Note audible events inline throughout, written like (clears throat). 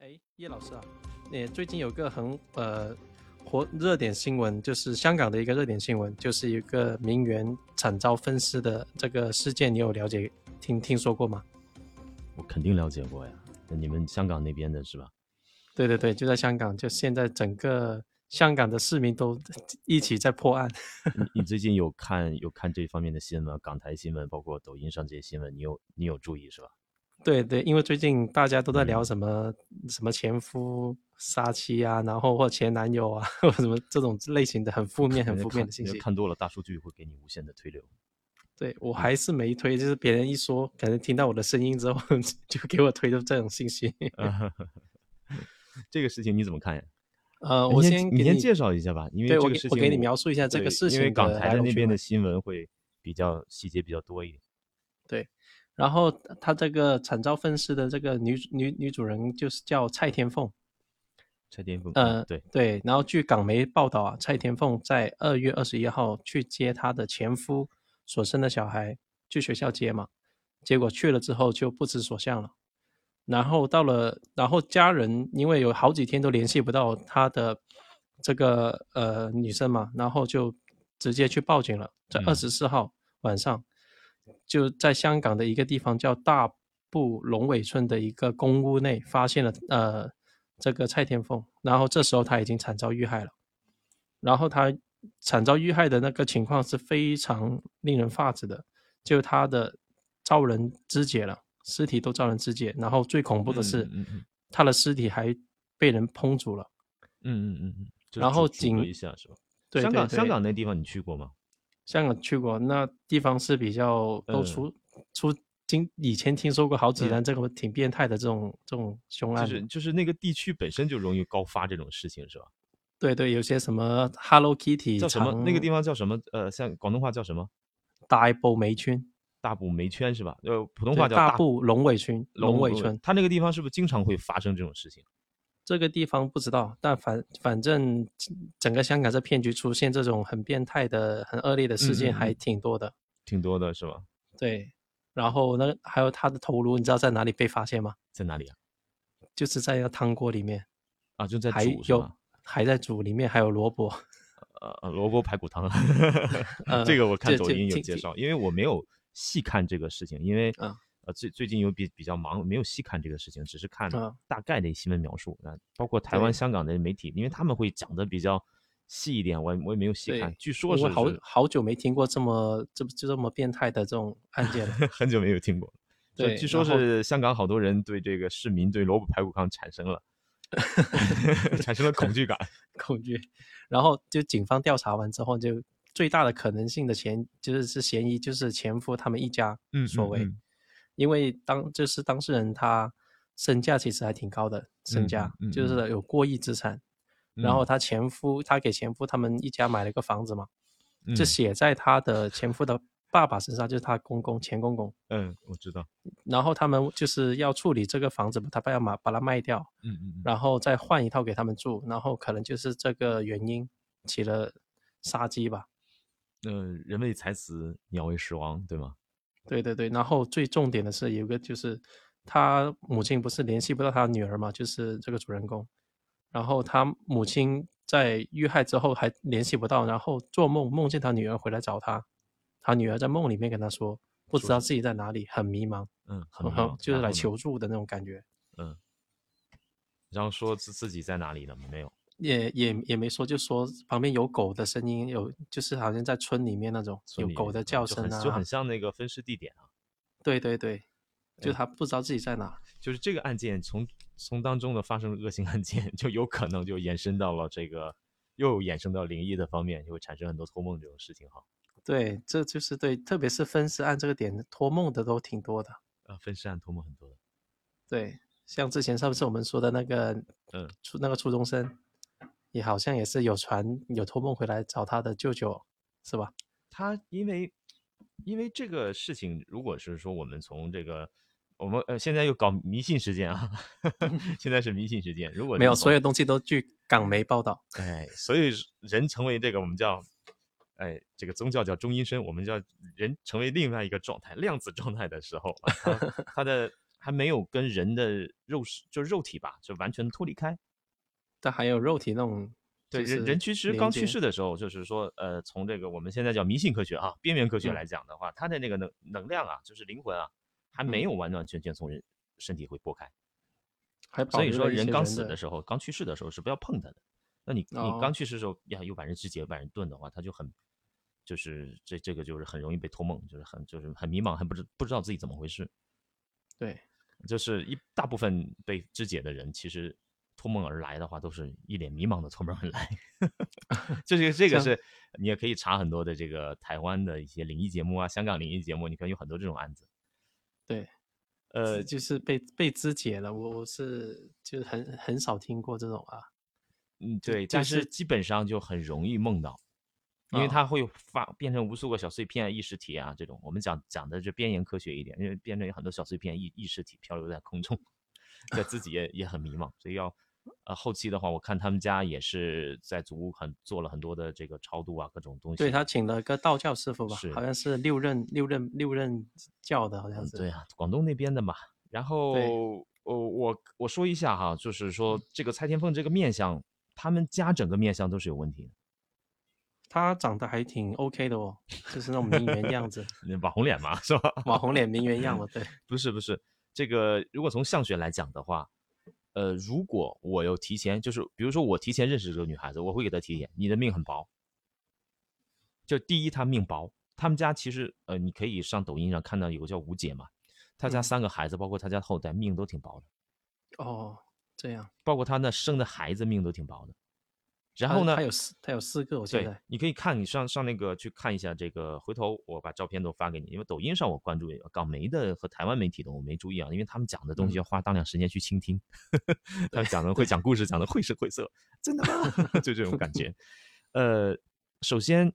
哎，叶老师啊，呃，最近有个很呃火热点新闻，就是香港的一个热点新闻，就是一个名媛惨遭分尸的这个事件，你有了解听听说过吗？我肯定了解过呀。那你们香港那边的是吧？ (laughs) 对对对，就在香港，就现在整个香港的市民都一起在破案。你你最近有看有看这方面的新闻吗？港台新闻，包括抖音上这些新闻，你有你有注意是吧？ (laughs) 对对，因为最近大家都在聊什么、什么前夫杀妻啊，然后或前男友啊，或什么这种类型的很负面、很因为负看面的信因为息。看多了大数据会给你无限的推 (laughs) 流。对嗯我还是没推，就是别人一说，可能听到我的声音之后 (laughs) 就给我推的这种信息。 (laughs) 这个事情你怎么看呀？呃，你我先给你先你介绍一下吧，因为对这我个给事情我给你描述一下这个对事情因为港的台来的龙那去边脉的新闻会比较细节比较多一点。对，然后她这个惨遭分尸的这个女主女女主人就是叫蔡天凤，拆电风，嗯呃，对，对，然后据港媒报道啊，蔡天凤在二月二十一号去接她的前夫所生的小孩，去学校接嘛，结果去了之后就不知所向了。然后到了，然后家人因为有好几天都联系不到她的这个呃女生嘛，然后就直接去报警了。在嗯二十四号晚上，就在香港的一个地方叫大埔龙尾村的一个公屋内发现了呃这个蔡天凤，然后这时候她已经惨遭遇害了。然后她惨遭遇害的那个情况是非常令人发指的，就她的遭人肢解了，尸体都遭人肢解。然后最恐怖的是，嗯嗯嗯她的尸体还被人烹煮了。嗯嗯嗯嗯，就是然后组组仅合一下是吧？对香港对对香港那地方你去过吗？香港去过，那地方是比较都嗯出、出经以前听说过好几嗯单这个挺变态的这种这种凶就案的，是就是那个地区本身就容易高发这种事情是吧？对对，有些什么 Hello Kitty 叫什么？那个地方方叫什么？呃，像广东话叫什么？大埔梅村，大埔梅圈是吧？呃，普通对话叫大埔龙尾村，龙尾村，他那个地方是不是经常会发生这种事情？这个地方不知道，但反反正整个香港这骗局出现这种很变态的、很恶劣的事嗯件嗯还嗯挺多的。挺多的是吧？对，然后那还有他的头颅，你知道在哪里被发现吗？在哪里啊？就是在那个汤锅里面，啊，就在还煮是有吧？还在煮，里面还有萝卜。呃，呃萝卜排骨汤 (laughs) 呃，这个我看这抖这音有挺介挺绍，因为我没有细看这个事情，因为啊呃最最近有比比较忙，没有细看这个事情，只是看啊大概的新闻描述啊，包括台湾、对香港的媒体，因为他们会讲的比较细一点，我也我也没有细看对，据说我是好是 (laughs) 好久没听过这么这就这么变态的这种案件 (laughs) 了。很久没有听过了。就对据说然后是香港好多人对这个市民对萝卜排骨汤产生 (laughs) 了产生了恐惧感。恐惧。然后就警方调查完之后，就最大的可能性的嫌就是是嫌疑就是前夫他们一家嗯所为，嗯因为当就是当事人他身价其实还挺高的，身嗯价、嗯就嗯是有过亿资产。然后嗯他前夫他给前夫他们一家买了个房子嘛，嗯就写在他的前夫的爸爸身上，就是他公公前公公。嗯，我知道。然后他们就是要处理这个房子，他爸要把把它卖掉，嗯嗯嗯然后再换一套给他们住，然后可能就是这个原因起了杀机吧。呃，人为财死，鸟为食亡，对吗？对对对，然后最重点的是有个就是他母亲不是联系不到他女儿嘛，就是这个主人公，然后他母亲在遇害之后还联系不到，然后做梦梦见他女儿回来找他，他女儿在梦里面跟他说不知道自己在哪里，很迷茫，嗯，很很迷茫。就是然来后呢。求助的那种感觉。嗯，然后说自自己在哪里了吗？没有。也也嗯也没说，就说旁边有狗的声音，有就是好像在村里面那种村有里狗面的啊叫就声很啊，就很像那个分尸地点啊。对对对，就哎他不知道自己在哪，就是这个案件从从当中的发生恶性案件，就有可能就延伸到了这个，又衍生到灵异的方面，就会产生很多托梦这种事情哈。对，这就是对，特别是分尸案这个点，托梦的都挺多的，啊，分尸案托梦很多的。对，像之前上次我们说的那个，嗯，初那个初中生，也好像也是有传有托梦回来找他的舅舅，是吧？他因为因为这个事情，如果是说我们从这个我们呃现在又搞迷信事件啊， (laughs) 现在是迷信事件，如果没有，是从所有东西都据港媒报道，哎，所以是人成为这个我们叫，哎，这个宗教叫中阴身，我们叫人成为另外一个状态，量子状态的时候，啊、他他的还没有跟人的肉就肉体吧，就完全脱离开。但还有肉体那种对就是人人去世刚连去接世的时候，就是说，呃，从这个我们现在叫迷信科学啊，边缘科学嗯来讲的话，它的那个能能量啊，就是灵魂啊，还嗯没有完完全全从人身体会拨开。还保所以留说，了一人些刚人死的的时候，刚去世的时候是不要碰它的。那你你哦刚去世的时候呀，又把人肢解、把人炖的话，他就很，就是这这个就是很容易被托梦，就是很就是很迷茫，很不知不知道自己怎么回事。对，就是一大部分被肢解的人，其实托梦而来的话，都是一脸迷茫 (laughs) 的托梦而来。就是这个像是，你也可以查很多的这个台湾的一些灵异节目啊，香港灵异节目，你看有很多这种案子。对，呃，就是被被肢解了。我我是就是很很少听过这种啊，嗯，就对，就但是是基本上就很容易梦到，因为啊它会发变成无数个小碎片、意识体啊，这种我们讲讲的就边缘科学一点，因为变成有很多小碎片、意意识体漂流在空中， (laughs) 这自己也也很迷茫，所以要呃后期的话，我看他们家也是在祖屋很做了很多的这个超度啊，各种东西。对他请了个道教师傅吧，是好像是六任六任六任教的，好像嗯，是。对啊，广东那边的嘛。然后，呃，我我说一下哈，就是嗯说这个蔡天凤这个面相，他们家整个面相都是有问题的。他长得还挺 OK 的哦，就是那种名媛样子，那网红脸嘛，是吧？网红脸名媛样嘛，对， (laughs) 不是不是，这个如果从相学来讲的话，呃，如果我有提前，就是比如说我提前认识这个女孩子，我会给她提点，你的命很薄。就第一，她命薄，他们家其实呃，你可以上抖音上看到有个叫吴姐嘛，她家嗯三个孩子，包括她家后代命都挺薄的，哦，这样。包括她那生的孩子命都挺薄的。然他后呢呃他，有四他有四个，我哦现对在，你可以看，你上上那个去看一下这个，回头我把照片都发给你，因为抖音上我关注港媒的和台湾媒体的我没注意啊，因为他们讲的东西嗯要花大量时间去倾听， (laughs) 他们讲的会讲故事，讲的绘声绘色，真的吗？ (laughs) 就这种 (laughs) 感觉。呃，首先，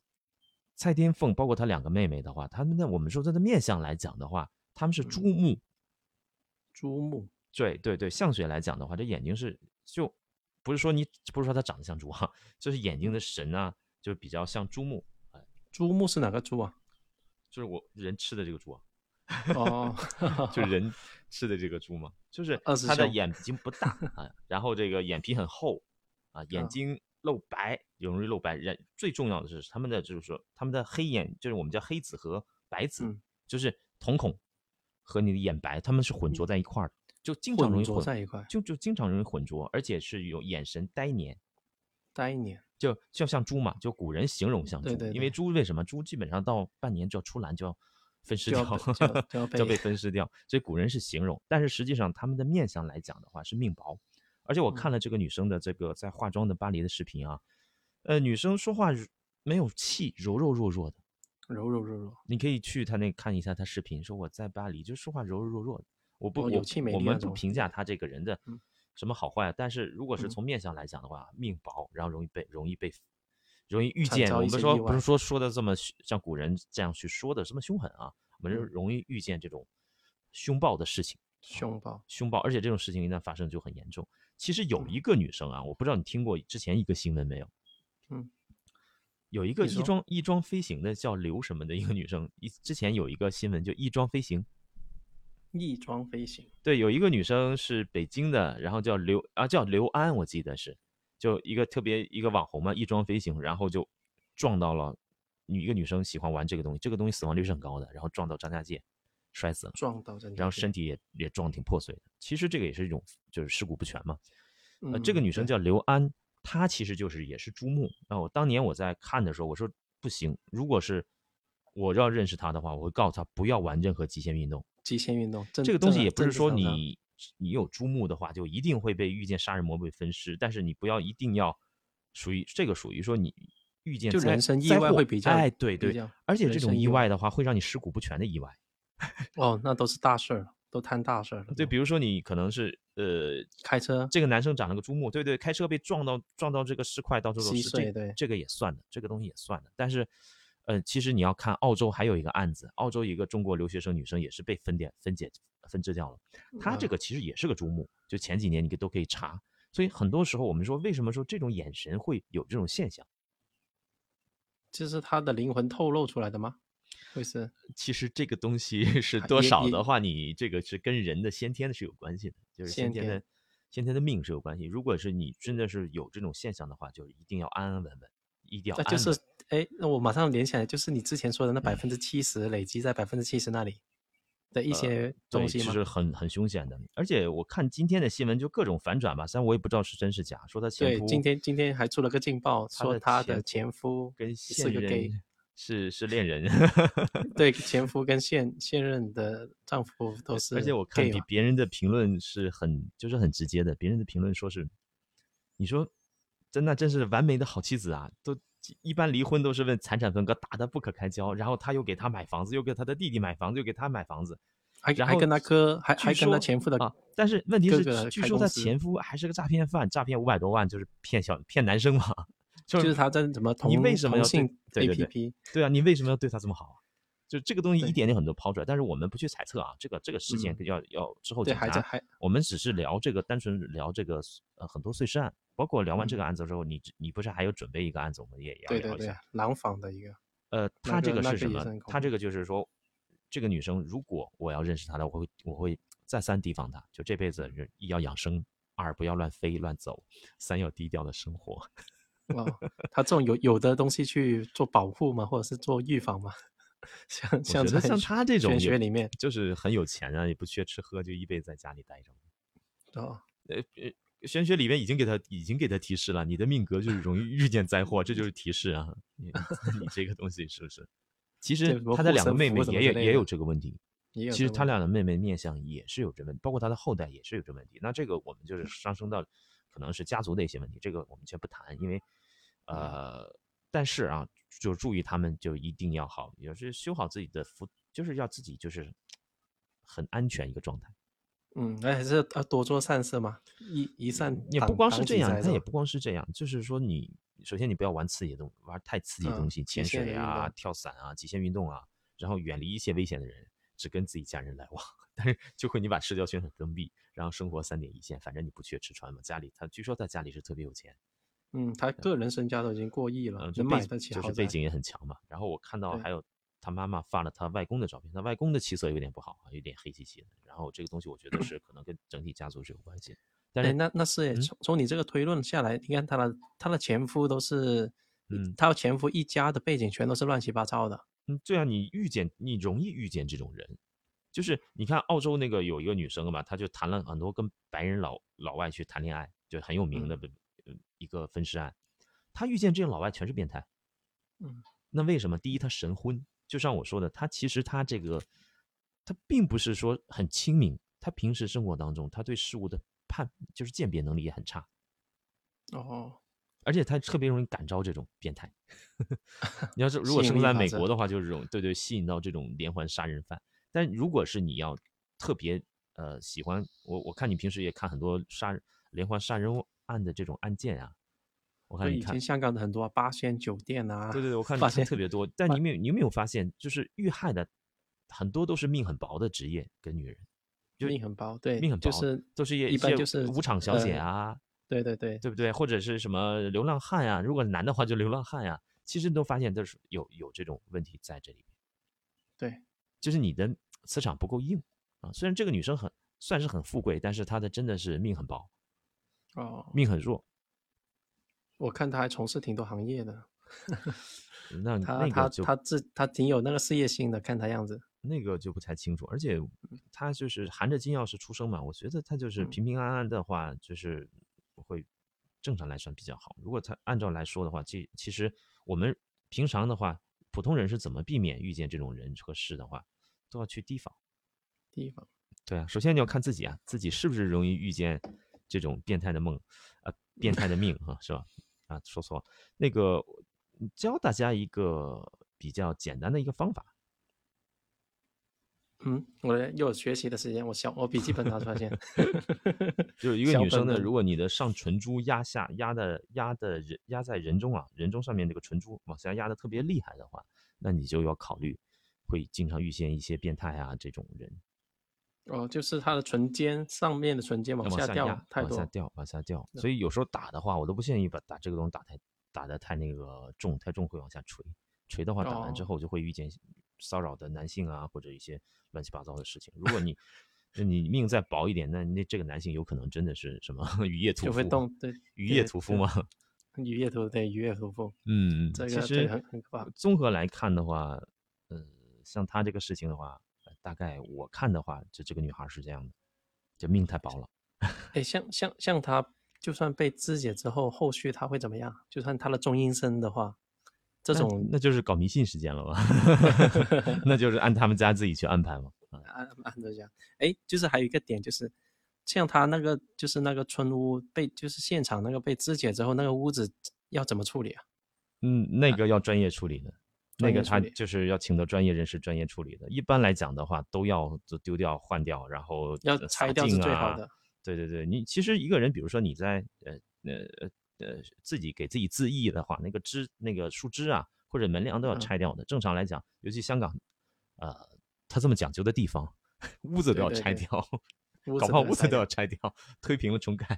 蔡天凤包括她两个妹妹的话，他们的我们说她的面相来讲的话，他们是嗯朱木，朱木对对对，相学来讲的话，这眼睛是就不是说你不是说他长得像猪啊，就是嗯眼睛的神啊，就比较像猪目，朱木是哪个朱啊？就是我人吃的这个猪啊，，哦 (laughs) 就 (laughs) 人吃的这个猪嘛，就是二师他的兄眼睛 (laughs) 不大啊，然后这个眼皮很厚啊，眼嗯睛露白，容易露白。人最重要的是他们的就是说他们的黑眼，就是我们叫黑子和白子，嗯就是瞳孔和你的眼白，他们是混浊在一块儿的，就经常容嗯混易浊混在一块，就就经常容易混浊，而且是有眼神呆黏，呆年就就像猪嘛，就古人形容像猪，对对因为对猪为什么？猪基本上到半年就要出栏，就要分尸就掉要，被就要 (laughs) 就要被分尸掉，所以古人是形容，但是实际上他们的面相来讲的话是命薄，嗯而且我看了这个女生的这个在化妆的巴黎的视频啊，呃，女生说话没有气，柔柔弱弱的，柔柔弱弱，你可以去他那看一下他视频，说我在巴黎就说话柔柔弱弱的。我不，哦我有气没我力们那不种评价他这个人的嗯什么好坏啊。但是如果是嗯从面相来讲的话，命薄，然后容易被容易被容易遇产见。生我一些们说意不是外说说的这么凶像古人这样去说的这么凶狠啊，我们就嗯容易遇见这种凶暴的事情。凶暴，凶暴，而且这种事情一旦发生就很严重。其实有一个女生啊，我不知道你听过之前一个新闻没有？嗯，有一个你翼说装翼装飞行的叫刘什么的一个女生，一之前有一个新闻就翼装飞行，翼装飞行，对，有一个女生是北京的，然后叫刘啊叫刘安，我记得是，就一个特别一个网红嘛，翼装飞行，然后就撞到了女一个女生喜欢玩这个东西，这个东西死亡率是很高的，然后撞到张家界，摔死了。撞到人家，然后身体也也撞得挺破碎的。其实这个也是一种就是事故不全嘛。呃，这个嗯女生对叫刘安，她其实就是也是朱木。那我当年我在看的时候，我说不行，如果是我要认识她的话，我会告诉她不要玩任何极限运动。极限运动，真这个东西也不是说，真的真的你你有朱木的话，就一定会被遇见杀人魔被分尸，但是你不要一定要属于这个属于说你遇见就灾人身意灾外祸会比较哎对比对较，而且人这种身意意外外的话会让你尸骨不全的意外。哦，那都是大事儿了，都摊大事儿了，对，都比如说你可能是呃开车这个男生长了个猪目，对对，开车被撞到撞到这个尸块到处都稀是，这碎对这个也算的，这个东西也算的。但是，呃，其实你要看澳洲还有一个案子，澳洲一个中国留学生女生也是被分点分解分支掉了，她这嗯个其实也是个猪目，就前几年你都可以查。所以很多时候我们说，为什么说这种眼神会有这种现象？这是他的灵魂透露出来的吗？会是其实这个东西是还多嗯也少也的话，你这个是跟人的先天的是有关系的，就是先先天天的先天的命是有关系。如果是你真的是有这种现象的话，就一定要安安稳稳，一定要那安就稳。是哎，那我马上连起来，就是你之前说的那百分之七十累积在百分之七十那里的一些呃对，东西就嘛，是很很凶险的。而且我看今天的新闻就各种反转吧，虽然我也不知道是真是假，说他前对夫，今天今天还出了个劲爆，他说的他前的夫前夫跟是现个 gay，任是是恋人， (laughs) 对，前夫跟现现任的丈夫都是 gay 嘛，而且我看比别人的评论是很就是很直接的，别人的评论说是，你说真的真是完美的好妻子啊，都一般离婚都是问财产分割，打得不可开交，然后他又给他买房子，又给他的弟弟买房子，又给他买房子，还然还后跟他哥，还据还跟他说前夫的啊。但是问题哥是，哥据开说公他司前夫还是个诈骗犯，诈骗五百多万，就是骗小骗男生嘛。 (laughs) 就就是他在怎么同你为什么同要对性对对 A 对 P P 对啊，你为什么要对他这么好啊？就这个东西对一点点很多抛出来，但是我们不去猜测啊，这个这个事情嗯要、要之后对检孩查子，还我们只是聊这个，单纯聊这个呃很多碎尸案，包括聊完这嗯个案子之后，你你不是还有准备一个案子，我们也也要对对聊一对下。廊坊的一个呃，那他这个那个是什也么是很？他恐这个就是说，这个女生如果我要认识她的，我会我会再三提防她，就这辈子是一要养生，二不要乱飞乱走，三要低调的生活。哦，他这种有有的东西去做保护嘛，或者是做预防嘛， (laughs) 像我觉像得在像她这种玄也学里面就是很有钱啊，也不缺吃喝，就一辈子在家里待着。哦，呃呃，玄学里面已经给她已经给她提示了，你的命格就是容易遇见灾祸，这就是提示啊。 (laughs) 你你这个东西是不是？其这实什么她的护两个身妹符妹什么也之有类也有的这个问题，也有其这实个他问俩的妹妹面相也是有这问题，包括他的后代也是有这问题。那这个我们就是上升到可能是家族的一些问题，这个我们先不谈，因为嗯呃，但是啊，就注意他们就一定要好，也是修好自己的福，就是要自己就是很安全一个状态。嗯，而且是要多做善事嘛，一一善嗯也不挡光挡是这几样灾，它是也吧不光是这样，就是说你首先你不要玩刺激的东，玩太刺激的东嗯西，极潜限水的运啊、动跳伞啊、极限运动啊，然后远离一切危险的人，只跟自己家人来往。但是就会你把社交圈很封闭，然后生活三点一线，反正你不缺吃穿嘛。家里他据说在家里是特别有钱，嗯，他个人身家都已经过亿了嗯，，就能背买得起就豪是背宅，景也很强嘛。然后我看到对还有他妈妈发了他外公的照片，他外公的气色有点不好啊，有点黑漆漆的。然后这个东西我觉得是可能跟整体家族是有关系的。但哎，是那那是耶嗯从从你这个推论下来，你看她的她的前夫都是，嗯她前夫一家的背景全都是乱七八糟的，嗯，对啊，你遇见你容易遇见这种人，就是你看澳洲那个有一个女生嘛，她就谈了很多跟白人老老外去谈恋爱，就很有名的呃一个分尸案，她遇见这种老外全是变态。嗯，那为什么？第一，她神婚，就像我说的，她其实她这个她并不是说很清明，她平时生活当中她对事物的判就是鉴别能力也很差，哦，而且他特别容易感召这种变态。 (laughs) 你要是如果吸引生力在法美则国的话，就是这种对对，吸引到这种连环杀人犯。但如果是你要特别呃喜欢我，我看你平时也看很多杀人连环杀人案的这种案件啊，我看对，你以看前，香港的很多八仙酒店啊，对对对，我看你发看现特别多。但你没有你有没有发现，就是遇害的很多都是命很薄的职业跟女人，就命很薄，对，命很薄，就是都是一一般些就是舞场小姐呃啊，对对对，对不对？或者是什么流浪汉呀、如果男的话就流浪汉呀、其实都发现都是有有这种问题在这里面，对，就是你的磁场不够硬啊。虽然这个女生很算是很富贵，但是她的真的是命很薄，哦，命很弱。我看她还从事挺多行业的，那她嗯那她个就她自她挺有那个事业心的，看她样子，那个就不太清楚，而且她就是含着金钥匙出生嘛，我觉得她就是嗯平平安安的话，就是会正常来算比较好。如果她按照来说的话，这其实我们平常的话，普通人是怎么避免遇见这种人和事的话，都要去提防。地方，对啊，首先你要看自己啊，自己是不是容易遇见这种变态的梦，呃，变态的命啊，是吧？啊，说错了，那个嗯教大家一个比较简单的一个方法，嗯，我又有学习的时间，我小我笔记本拿出来先， (laughs) 就是一个小女生本呢，本如果你的上唇珠压下压的压的人压在人中啊，人中上面这个唇珠往下压的特别厉害的话，那你就要考虑会经常遇见一些变态啊这种人，哦，就是她的唇尖上面的唇尖往往下掉压，太往下多，嗯掉，往下掉。是所以有时候打的话，我都不建议把打这个东西打太打的太那个重，太重会往下垂，垂的话打完之哦后就会遇见骚扰的男性啊，或者一些乱七八糟的事情。如果你 (laughs) 那你命再薄一点，那那这个男性有可能真的是什么 (laughs) 雨夜屠夫，就会动对雨对夜对屠夫对吗？雨夜屠对雨夜屠夫，嗯，这其个这实个很很可怕。综合来看的话，呃，像她这个事情的话，呃大概我看的话，这这个女孩是这样的，这命太薄了。哎，像像像他，就算被肢解之后，后续他会怎么样？就算他的中阴身的话，这那种那就是搞迷信事件 (laughs) 了吧？那就是按他们家自己去安排嘛。啊，按按着讲，哎，就是还有一个点就是，像他那个就是那个村屋被就是现场那个被肢解之后，那个屋子要怎么处理啊？嗯，那个要专业处理的，那啊专个业处他理就是要请到专业人士专业处理的。一般来讲的话，都要就丢掉、换掉，然后要呃拆洒掉是净最好啊的。对对对，你其实一个人，比如说你在呃呃呃呃自己给自己自缢的话，那个枝那个树枝啊或者门梁都要嗯拆掉的。正常来讲，尤其香港，呃，它这么讲究的地方， (laughs) 屋子都对要对拆对掉，屋搞子不好都要屋子拆都掉要拆掉，推平了重盖。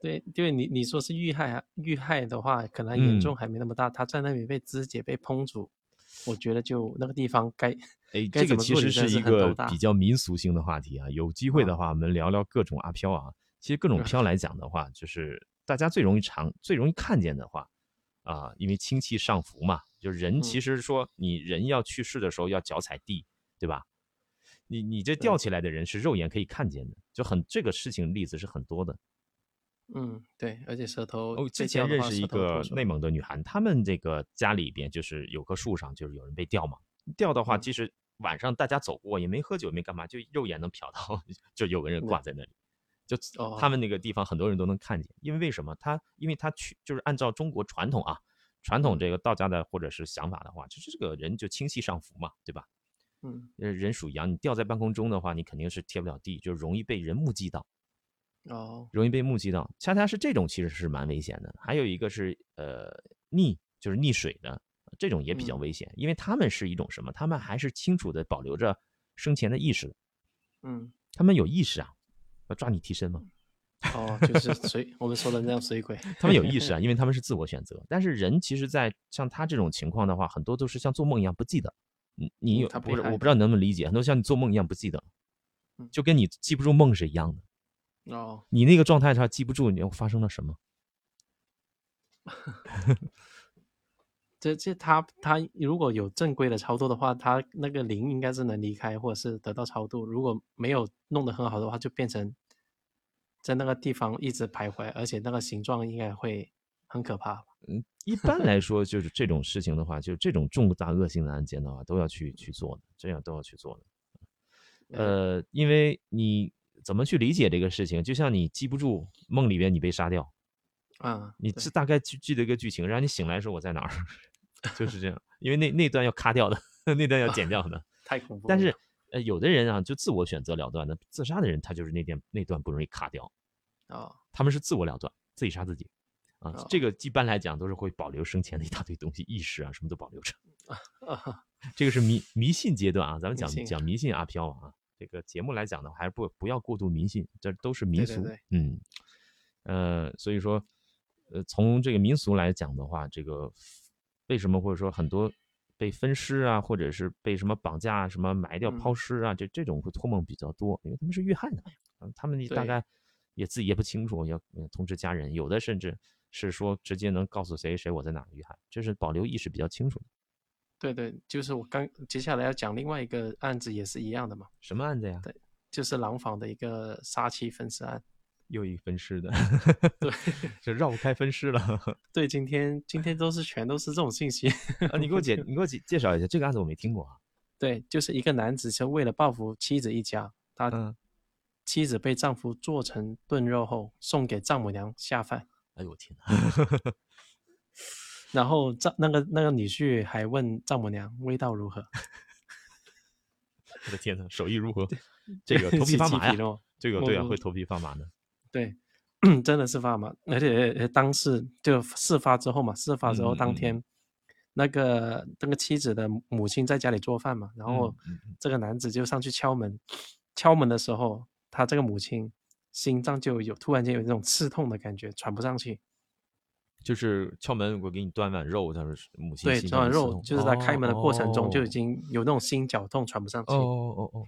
对，因为你你说是遇害啊，遇害的话可能严嗯重还没那么大，他在那里被肢解被烹煮，我觉得就那个地方该哎，该这个怎么其做实你真的一是很头个大嗯比较民俗性的话题啊。有机会的话，我们聊聊各种阿飘啊。其实各种飘来讲的话，就是大家最容易常、最容易看见的话啊，因为清气上浮嘛，就是人嗯其实说你人要去世的时候要脚踩地，对吧？你你这吊起来的人是肉眼可以看见的，就很这个事情例子是很多的。嗯对，而且舌头哦，被之掉前的认话识一舌头脱个水内蒙的女孩，她们这个家里边就是有棵树上就是有人被吊嘛，吊的话嗯其实晚上大家走过也没喝酒也没干嘛，就肉眼能瞟到 (laughs) 就有个人嗯挂在那里，就哦他们那个地方很多人都能看见，因为为什么他因为他去就是按照中国传统啊，传嗯统这个道家的或者是想法的话，就是这个人就清气上浮嘛，对吧？嗯呃，人属羊，你吊在半空中的话，你肯定是贴不了地，就容易被人目击到。哦容易被目击到。恰恰是这种其实是蛮危险的。还有一个是呃溺，就是溺水的这种也比较嗯危险，因为他们是一种什么？他们还是清楚的保留着生前的意识的，嗯他们有意识啊，要抓你替身嘛，哦，就是水我们说的那种水鬼，他们有意识啊，因为他们是自我选择。但是人其实，在像他这种情况的话，很多都是像做梦一样不记得。你你嗯有他被不是害我不知的道你能不能理解，很多像你做梦一样不记得嗯，就跟你记不住梦是一样的。哦你那个状态下记不住你发生了什么。这这他他如果有正规的超度的话，他那个灵应该是能离开或者是得到超度。如果没有弄得很好的话，就变成在那个地方一直徘徊，而且那个形状应该会很可怕吧。一般来说，就是这种事情的话，就是这种重大恶性的案件的话，都要去去做的，这样都要去做的。呃，因为你怎么去理解这个事情，就像你记不住梦里边你被杀掉，啊，你对这大概记记得一个剧情，然后你醒来说我在哪儿， (laughs) 就是这样。因为那那段要咔掉的， (laughs) 那段要剪掉的。太恐怖了。但是呃，有的人啊，就自我选择了断的，自杀的人他就是那段那段不容易咔掉，哦，他们是自我了断，自己杀自己。啊，哦这个一般来讲都是会保留生前的一大堆东西，意识啊什么都保留着。 (laughs) 啊，这个是迷迷信阶段啊，咱们迷讲信讲迷信阿飘啊。这个节目来讲的话，还是不不要过度迷信，这都是民对对俗。对嗯，呃，所以说，呃，从这个民俗来讲的话，这个为什么或者说很多被分尸啊，或者是被什么绑架啊、什么埋掉、嗯抛尸啊，这这种会托梦比较多，因为他们是遇害的嘛，嗯他们大对概也自己也不清楚，要呃通知家人，有的甚至是说直接能告诉谁谁我在哪儿遇害，这是保留意识比较清楚的。对对，就是我刚接下来要讲另外一个案子也是一样的嘛，什么案子呀？就是廊坊的一个杀妻分尸案。又一分尸的，对， (laughs) 就绕不开分尸 (laughs) 了啊！对，今天今天都是全都是这种信息。你给我解，你给我介介绍一下这个案子，我没听过啊。对，就是一个男子就为了报复妻子一家，他嗯，妻子被丈夫做成炖肉后送给丈母娘下饭，哎呦我天哪！然后丈那个那个女婿还问丈母娘味道如何，我的天哪，手艺如何？这个头皮发鸡麻皮呀！肉这个对啊，我会头皮发麻的。对， (clears throat) 真的是发麻，而且呃当事就事发之后嘛，事发之后嗯嗯当嗯天，那个那个妻子的母亲在家里做饭嘛，然后嗯嗯嗯这个男子就上去敲门，敲门的时候，他这个母亲心脏就有突然间有那种刺痛的感觉，喘不上气，就是敲门，我给你端碗肉，他说是母亲对，心这脏碗的刺肉痛就是在开门的过程中就哦已经有那种心绞痛、喘不上气，哦哦哦哦，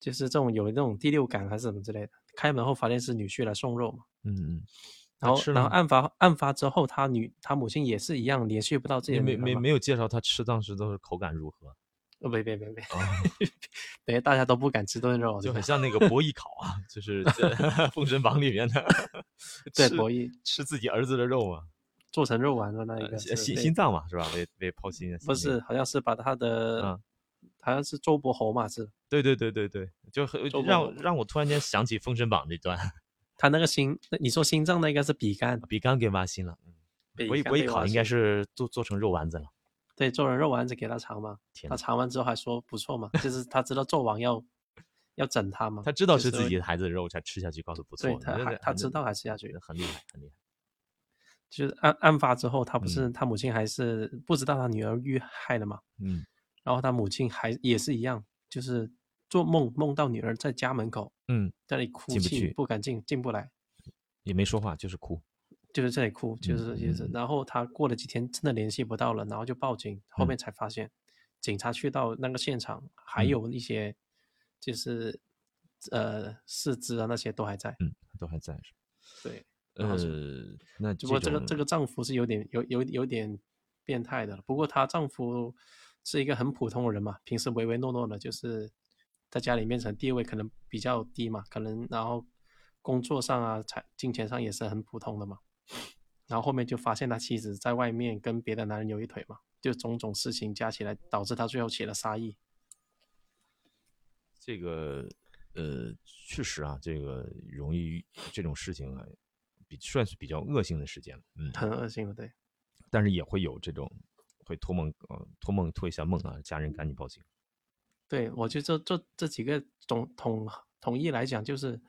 就是这种有那种第六感还是什么之类的。开门后发现是女婿来送肉嘛，嗯嗯，然那后吃然后了吗案发案发之后，他女他母亲也是一样联系不到自己的你嗯没女儿没嘛没有介绍他吃当时都是口感如何，呃，别别别别，哦等于大家都不敢吃炖肉，啊就对很吧？像那个博弈考啊，就是 (laughs) 在《封神榜》里面的对，吃博弈吃自己儿子的肉嘛，做成肉丸的那一呃个心是心被心脏嘛是吧？被被抛心了，不心里是，好像是把他的，嗯好像是周伯侯嘛，是对对对对对，就很周让伯我侯让我突然间想起《封神榜》那段，他那个心，那你说心脏那个是比干，比干给挖心了，嗯比博弈干博弈被考挖应该心是做做成肉丸子了，对，做人肉丸子给他尝嘛，天他呐，尝完之后还说不错 (laughs) 嘛，就是他知道纣王要要整他嘛，他知道就是是自会己的孩子的肉才吃下去，告诉不错对的，他那还那他那知道还吃下去很厉害很厉害，就是案案发之后，他不是嗯他母亲还是不知道他女儿遇害了嘛，嗯然后他母亲还也是一样，就是做梦梦到女儿在家门口嗯，在那里哭进不泣，去不敢进进不来，也没说话就是哭，就是这里哭，就是就是，嗯嗯然后他过了几天真的联系不到了，然后就报警，后嗯面才发现，警察去到那个现场，还嗯有一些就是呃四肢啊那些都还在，嗯，都还在是吧，对，然后呃是，那只不过这个种这个丈夫是有点有有有点变态的了，不过她丈夫是一个很普通的人嘛，平时唯唯诺诺的，就是在家里面可能地位可能比较低嘛，可能然后工作上啊、财金钱上也是很普通的嘛，然后后面就发现他妻子在外面跟别的男人有一腿嘛，就种种事情加起来导致他最后起了杀意。这个呃，确实啊，这个容易这种事情啊，比算是比较恶性的事件了，嗯，很恶性的，对，但是也会有这种会托梦，呃，托梦托一下梦啊，家人赶紧报警。对我觉得这这这几个总统统一来讲，就是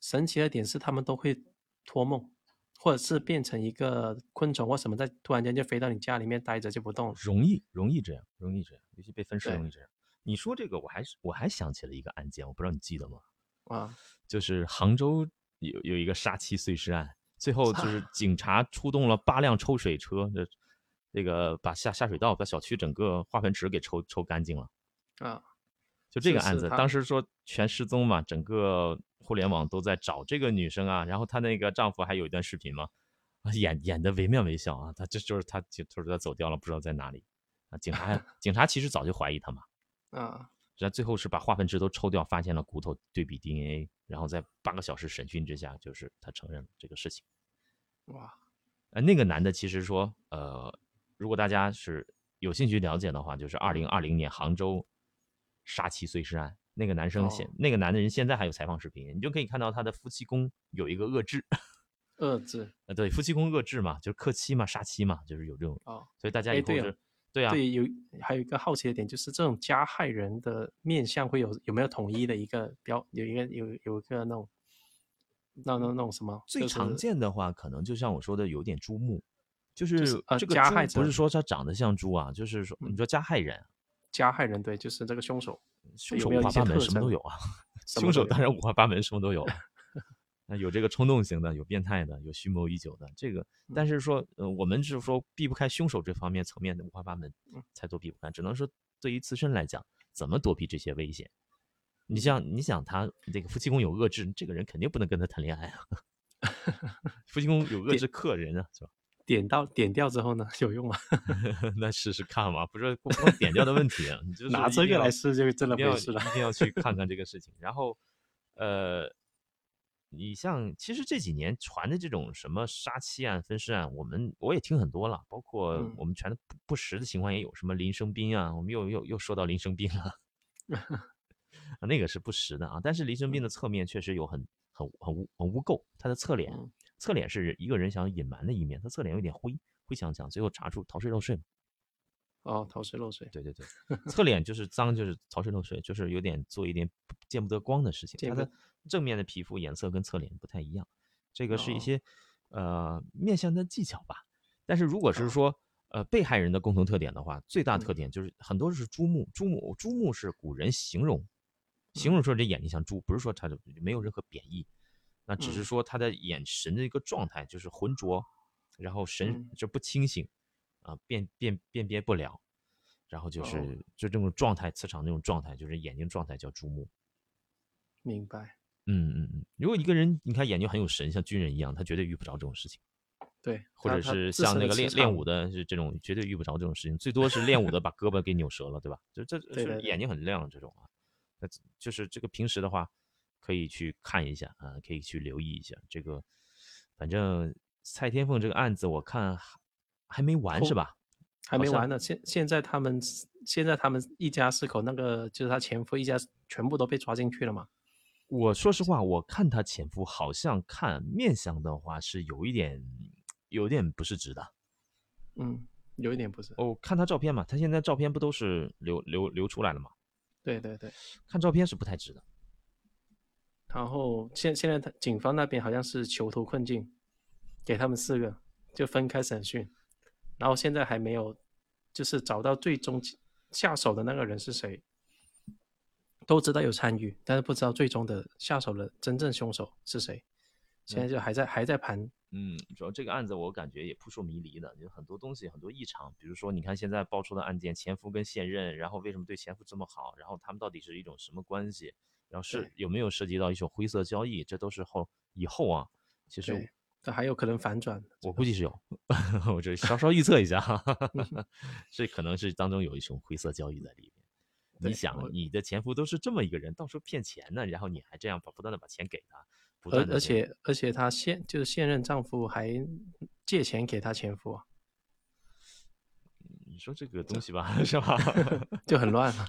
神奇的点是他们都会托梦，或者是变成一个昆虫或什么，在突然间就飞到你家里面待着就不动了。容易容易这样，容易这样，尤其被分尸对容易这样。你说这个，我还是我还想起了一个案件，我不知道你记得吗？啊，就是杭州有有一个杀妻碎尸案，最后就是警察出动了八辆抽水车，这这个把下下水道、把小区整个化粪池给抽抽干净了。啊，就这是个案是子，他当时说全失踪嘛，整个互联网都在找这个女生啊，然后她那个丈夫还有一段视频嘛，啊演演的惟妙惟肖啊，她这就是她就就是她走掉了，不知道在哪里啊。警 (laughs) 察还警察其实早就怀疑她嘛，啊，然后最后是把化粪池都抽掉，发现了骨头对比 DNA，然后在八个小时审讯之下，就是她承认了这个事情。哇，呃，那个男的其实说，呃，如果大家是有兴趣了解的话，就是二零二零年杭州杀妻碎尸案，那个男生现、哦那个男的人现在还有采访视频，你就可以看到他的夫妻宫有一个遏制，遏制 (laughs) 呃，对，夫妻宫遏制嘛，就是克妻嘛，杀妻嘛，就是有这种，哦，所以大家哎以后对就哦是对啊，对，有还有一个好奇的点就是这种加害人的面相会有有没有统一的一个标，有一个有有一个那种，那那那种什么嗯最常。就是见的话，可能就像我说的，有点猪目，就是是呃这个加猪害不者是说他长得像猪啊，就是说你嗯说加害人，加害人对，就是这个凶手，凶有手没有五一花些八门，特什么都征哎有 (laughs) 啊。什么凶都手有当然五花八门，什么都 (laughs) 有了。那有这个冲动型的，有变态的，有蓄谋已久的。这个，但是说，呃，我们是说避不开凶手这方面层面的五花八门，才躲避不开。只能说，对于自身来讲，怎么躲避这些危险？你像，你想他这个夫妻宫有遏制，这个人肯定不能跟他谈恋爱啊。 (laughs) 夫妻宫有遏制客人啊，是吧？点到点掉之后呢，有用吗？ (laughs) 那试试看嘛，不是不光点掉的问题啊，你就 (laughs) 是拿一这定个要来试就真的一定要不是了一定要去看看这个 (laughs) 事情。然后，呃，你像其实这几年传的这种什么杀妻案、分尸案，我们我也听很多了，包括嗯我们传的不不实的情况也有，什么林生斌啊，我们又又又说到林生斌了， (laughs) 啊那个是不实的啊。但是林嗯生斌的侧面确实有很很很污很污垢，他的侧脸嗯侧脸是一个人想隐瞒的一面，他侧脸有点灰灰墙墙，最后查出逃税漏税嘛。哦，逃税漏税，对对对，侧脸就是脏，就是潮水漏水，就是有点做一点不见不得光的事情。见它不的正面的皮肤颜色跟侧脸不太一样，这个是一哦些、呃面向的技巧吧。但是如果是说呃被害人的共同特点的话，最大哦嗯特点就是很多是猪目，猪目猪目是古人形容形嗯容说这眼睛像猪，不是说他的没有任何贬义，那只是嗯说他的眼神的一个状态就是浑浊然后神嗯就不清醒，啊、辨辨辨别不了，然后就哦是、就这种状态，磁场那种状态，就是眼睛状态叫注目。明白，嗯嗯嗯，如果一个人你看眼睛很有神，像军人一样，他绝对遇不着这种事情，对，或他者他是自像身那的个磁练练场武的，是这种绝对遇不着这种事情，最多是练武的把胳膊给扭折了，对吧？就这对对是对眼睛很亮这种啊，那就是这个平时的话可以去看一下啊，可以去留意一下这个，反正蔡天凤这个案子我看还还没完是后吧？还好没像完呢。现现在他们现在他们一家四口，那个就是他前夫一家全部都被抓进去了嘛。我说实话，我看她前夫好像看面相的话是有一点有点不是直的。嗯，有一点不是，哦，看他照片嘛，他现在照片不都是流流流出来了嘛？对对对。看照片是不太值的。然后现现在他警方那边好像是囚徒困境，给他们四个就分开审讯，然后现在还没有就是找到最终起下手的那个人是谁，都知道有参与，但是不知道最终的下手的真正凶手是谁，现在就还在还在盘，嗯，主要这个案子我感觉也扑朔迷离的，有很多东西很多异常。比如说，你看现在爆出的案件，前夫跟现任，然后为什么对前夫这么好，然后他们到底是一种什么关系，然后是对有没有涉及到一种灰色交易，这都是后以后啊，其实对，这还有可能反转，我估计是有， (laughs) 我这稍稍预测一下哈，嗯 (laughs) 这可能是当中有一种灰色交易在里面。你对想我，你的前夫都是这么一个人，到处骗钱呢，然后你还这样把不断的把钱给他，不而断的而且而且她现就是现任丈夫还借钱给她前夫啊，你说这个东西吧， (laughs) 是吧？就很乱啊 (laughs) 了。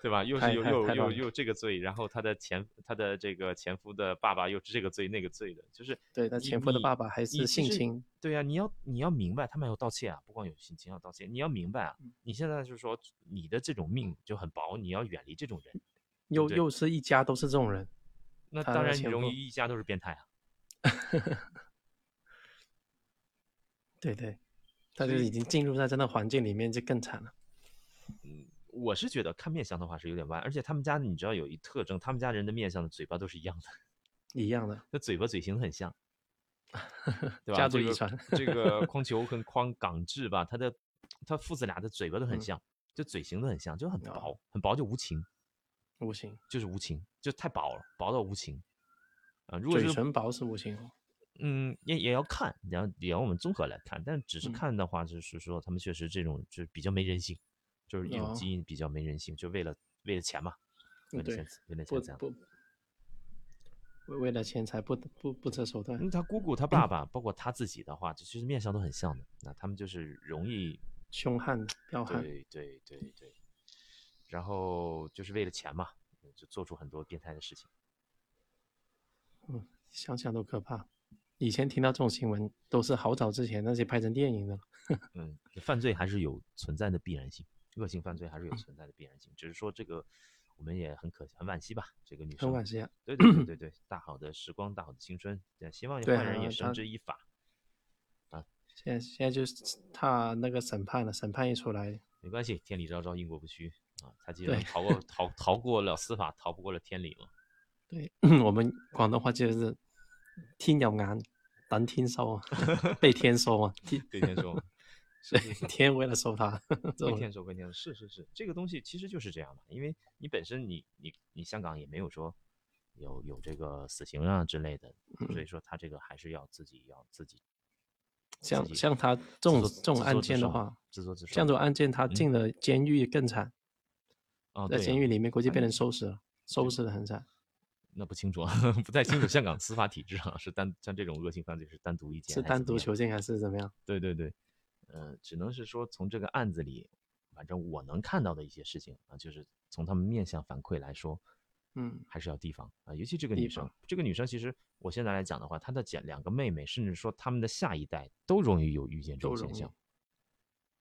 对吧？又太是又太又太又乱了又这个罪，然后他的前他的这个前夫的爸爸又是这个罪那个罪的，就是对他你前夫的你爸爸还你是其性实侵，对啊，你要你要明白，他们还有道歉啊，不光有性侵，要道歉。你要明白啊，你现在就是说你的这种命就很薄，你要远离这种人。又对又是一家都是这种人，那他当的然前容夫易一家都是变态啊。对对，他所就以已经进入在这样的环境里面，就更惨了。我是觉得看面相的话是有点歪，而且他们家你知道有一特征，他们家人的面相的嘴巴都是一样的，一样的，那嘴巴嘴型 (laughs) 很像，对吧？家族这遗个传这 (laughs) 个匡球跟匡港志吧，他的他父子俩的嘴巴都很嗯像，就嘴型都很像，就很哦薄，很薄就无情，无形，就是无情，就太薄了，薄到无情。啊、如果嘴是唇薄是无形哦。嗯，也也要看，也要也要我们综合来看，但只是嗯看的话，就是说他们确实这种就是比较没人性，就是一种哦基因比较没人性，就为了为了钱嘛，嗯为了对钱，为了不钱这样。不，为为了钱财不不不择手段。嗯，他姑姑、他爸爸，包括他自己的话，就其实面相都很像的。那他们就是容易，凶悍的彪悍，对对对对，然后就是为了钱嘛，嗯就做出很多变态的事情。嗯，想想都可怕。以前听到这种新闻都是好早之前那些拍成电影的了，嗯，犯罪还是有存在的必然性，恶性犯罪还是嗯有存在的必然性，只是说这个我们也很可很惋惜吧，这个女很生。惋惜啊。对对 (clears throat) 对对对，大好的时光，大好的青春，对，希望对坏人啊也绳他之以法。现在现在就是踏那个审判了，审判一出来，没关系，天理昭昭，因果不虚啊！他既对然逃过逃逃过了司法，逃不过了天理嘛。对 (laughs) 我们广东话就是天有眼，等天收 (laughs) 啊，被天收啊，天对天 (laughs) 说，是对是是， (laughs) 天为了收他，这会种天说会天说，是是是，这个东西其实就是这样嘛，因为你本身你你你香港也没有说有有这个死刑啊之类的，所嗯以说他这个还是要自己要自己像己像他这自种作这种自案作自件的受话，自作自受。像这种案件他进了监狱更惨，啊，在对监啊狱里面估计被人收拾了，收拾的很惨。那不清楚， (laughs) 啊，不太清楚香港司法体制啊，是单像这种恶性犯罪是单独一件，是还单怎独么样囚禁还是怎么样？对对对，呃，只能是说从这个案子里，反正我能看到的一些事情啊，就是从他们面相反馈来说，嗯，还是要提防啊。尤其这个提女生防，这个女生其实我现在来讲的话，她的姐两个妹妹，甚至说她们的下一代都容易有遇见这都种现容易象。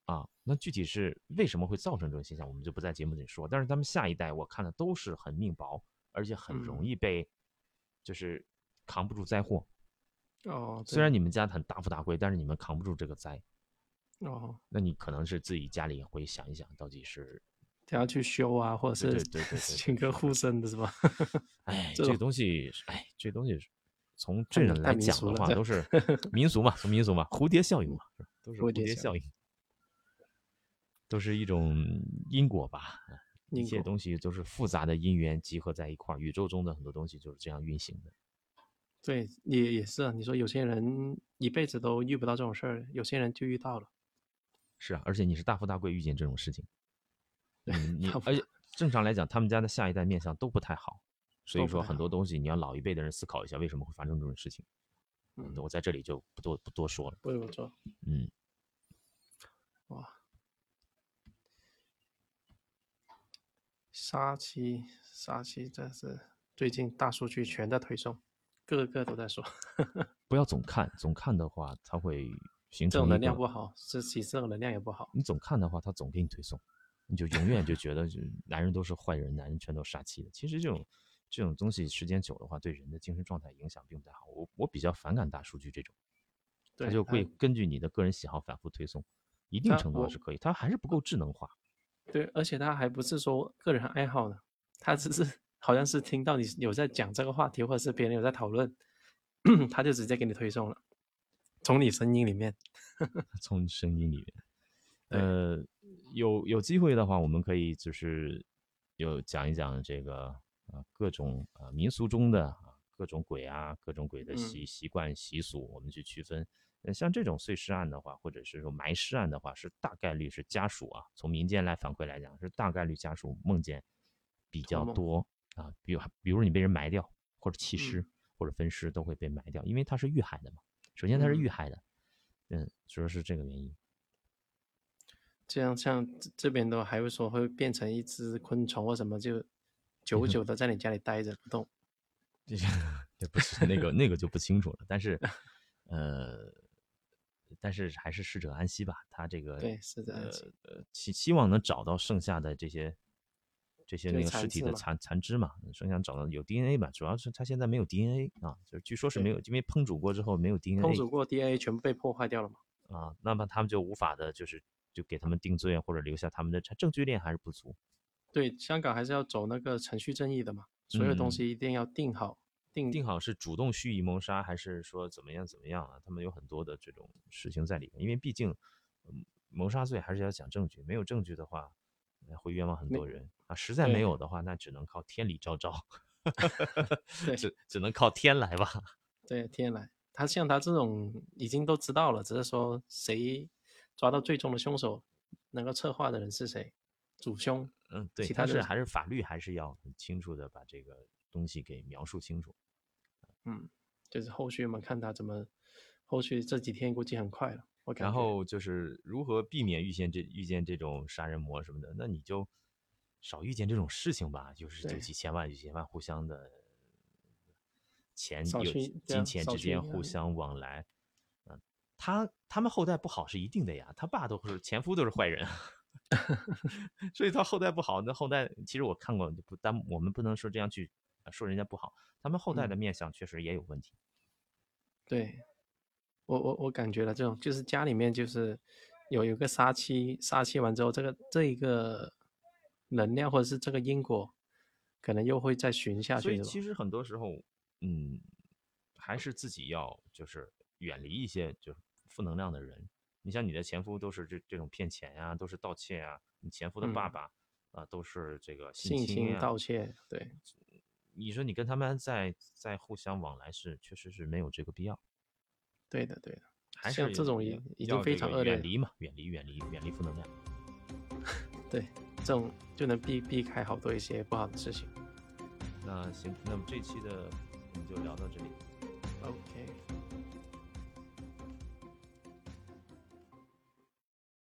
啊，那具体是为什么会造成这种现象，我们就不在节目里说。但是他们下一代，我看的都是很命薄，而且很容嗯易被，就是扛不住灾祸。哦，虽然你们家很大富大贵，但是你们扛不住这个灾，对哦，那你可能是自己家里会想一想，到底是，他要去修啊，或者对对是对对对对请个护身的是吧？哎，这这种个东西是，哎，这个东西是从这人来讲的话，太民都俗了 (laughs) 是民俗嘛，从民俗嘛，蝴蝶效应嘛，是吧都是蝴蝴蝶蝶效效应，都是一种因果吧。一因切果东西都是复杂的因缘集合在一块儿，宇宙中的很多东西就是这样运行的。对，也也是啊。你说有些人一辈子都遇不到这种事儿，有些人就遇到了。是啊，而且你是大富大贵遇见这种事情，对嗯你大富而且正常来讲，他们家的下一代面相都不太好，所都以不说太很多东西你要老一辈的人思考一下为什么会发生这种事情。嗯，我在这里就不多不多说了。不如做嗯，哇。杀妻，杀妻，真是最近大数据全在推送，个个都在说不要总看，总看的话，它会形这种成一能量个不好，是其实这种能量也不好。你总看的话，他总给你推送，你就永远就觉得就男人都是坏人，男人全都杀气的。其实这种这种东西时间久的话，对人的精神状态影响并不太好。我我比较反感大数据这种，它对就它会根据你的个人喜好反复推送，一定它程度我上是可以，它还是不够智能化。对，而且他还不是说个人爱好呢，他只是好像是听到你有在讲这个话题，或者是别人有在讨论， (coughs) 他就直接给你推送了，从你声音里面。从声音里面。对呃，有有机会的话，我们可以就是有讲一讲这个呃各种呃民俗中的啊各种鬼啊各种鬼的嗯习习惯习俗，我们去区分。呃，像这种碎尸案的话，或者是说埋尸案的话，是大概率是家属啊，从民间来反馈来讲，是大概率家属梦见比较梦多啊，比如比如你被人埋掉，或者嗯弃尸，或者分尸都会被埋掉，因为它是遇害的嘛。首先它是遇嗯害的，嗯，主要是这个原因。这样像这这边都还会说会变成一只昆虫或什么，嗯就久久的在你家里待着不动。这个也不是那个那个就不清楚了，(laughs) 但是呃，但是还是逝者安息吧。他这个对逝者安呃息呃希希望能找到剩下的这些这些对那个残尸体肢的嘛残残肢嘛，剩下找到有 DNA 吧，主要是他现在没有 DNA 啊，就是据说是对没有，因为烹煮过之后没有 DNA，烹煮过 DNA 全部被破坏掉了嘛？啊，那么他们就无法的就是就给他们定罪啊，或者留下他们的证据链还是不足。对，香港还是要走那个程序正义的嘛，所有东嗯西一定要定好，定定好是主动蓄意谋杀，还是说怎么样怎么样啊？他们有很多的这种事情在里面，因为毕竟，嗯，谋杀罪还是要讲证据，没有证据的话，呃会冤枉很没多人啊。实在没对有的话，那只能靠天理昭昭 (laughs) 对，只只能靠天来吧。对天来。他像他这种已经都知道了，只是说谁抓到最终的凶手，能够策划的人是谁，主凶。嗯，对，其他但的是还是法律还是要很清楚的把这个东西给描述清楚。嗯，就是后续嘛，看他怎么，后续这几天估计很快了，我感觉。然后就是如何避免遇见这遇见这种杀人魔什么的，那你就少遇见这种事情吧。就是对有几千万、几千万互相的钱少有去对啊金钱少之去间那互里相往来，嗯、他他们后代不好是一定的呀，他爸都是前夫都是坏 (laughs) 人，所以他后代不好，那后代其实我看过，不但我们不能说这样去呃说人家不好，他们后代嗯的面相确实也有问题。对，我我我感觉了，这种就是家里面就是有有个杀妻，杀妻完之后，这个这一个能量或者是这个因果，可能又会再循下所去以的吧。其实很多时候，嗯，还是自己要就是远离一些就是负能量的人。你像你的前夫都是这这种骗钱呀、都是盗窃呀、你前夫的爸嗯爸啊、都是这个性侵侵、呀、盗窃，对你说你跟他们在在互相往来是确实是没有这个必要，对的对的，还是像这种要已已要经非这常个恶劣远了，离嘛，远离远离远离负能量。对这种就能避避开好多一些不好的事情。那行，那么这期的我们就聊到这里。 OK。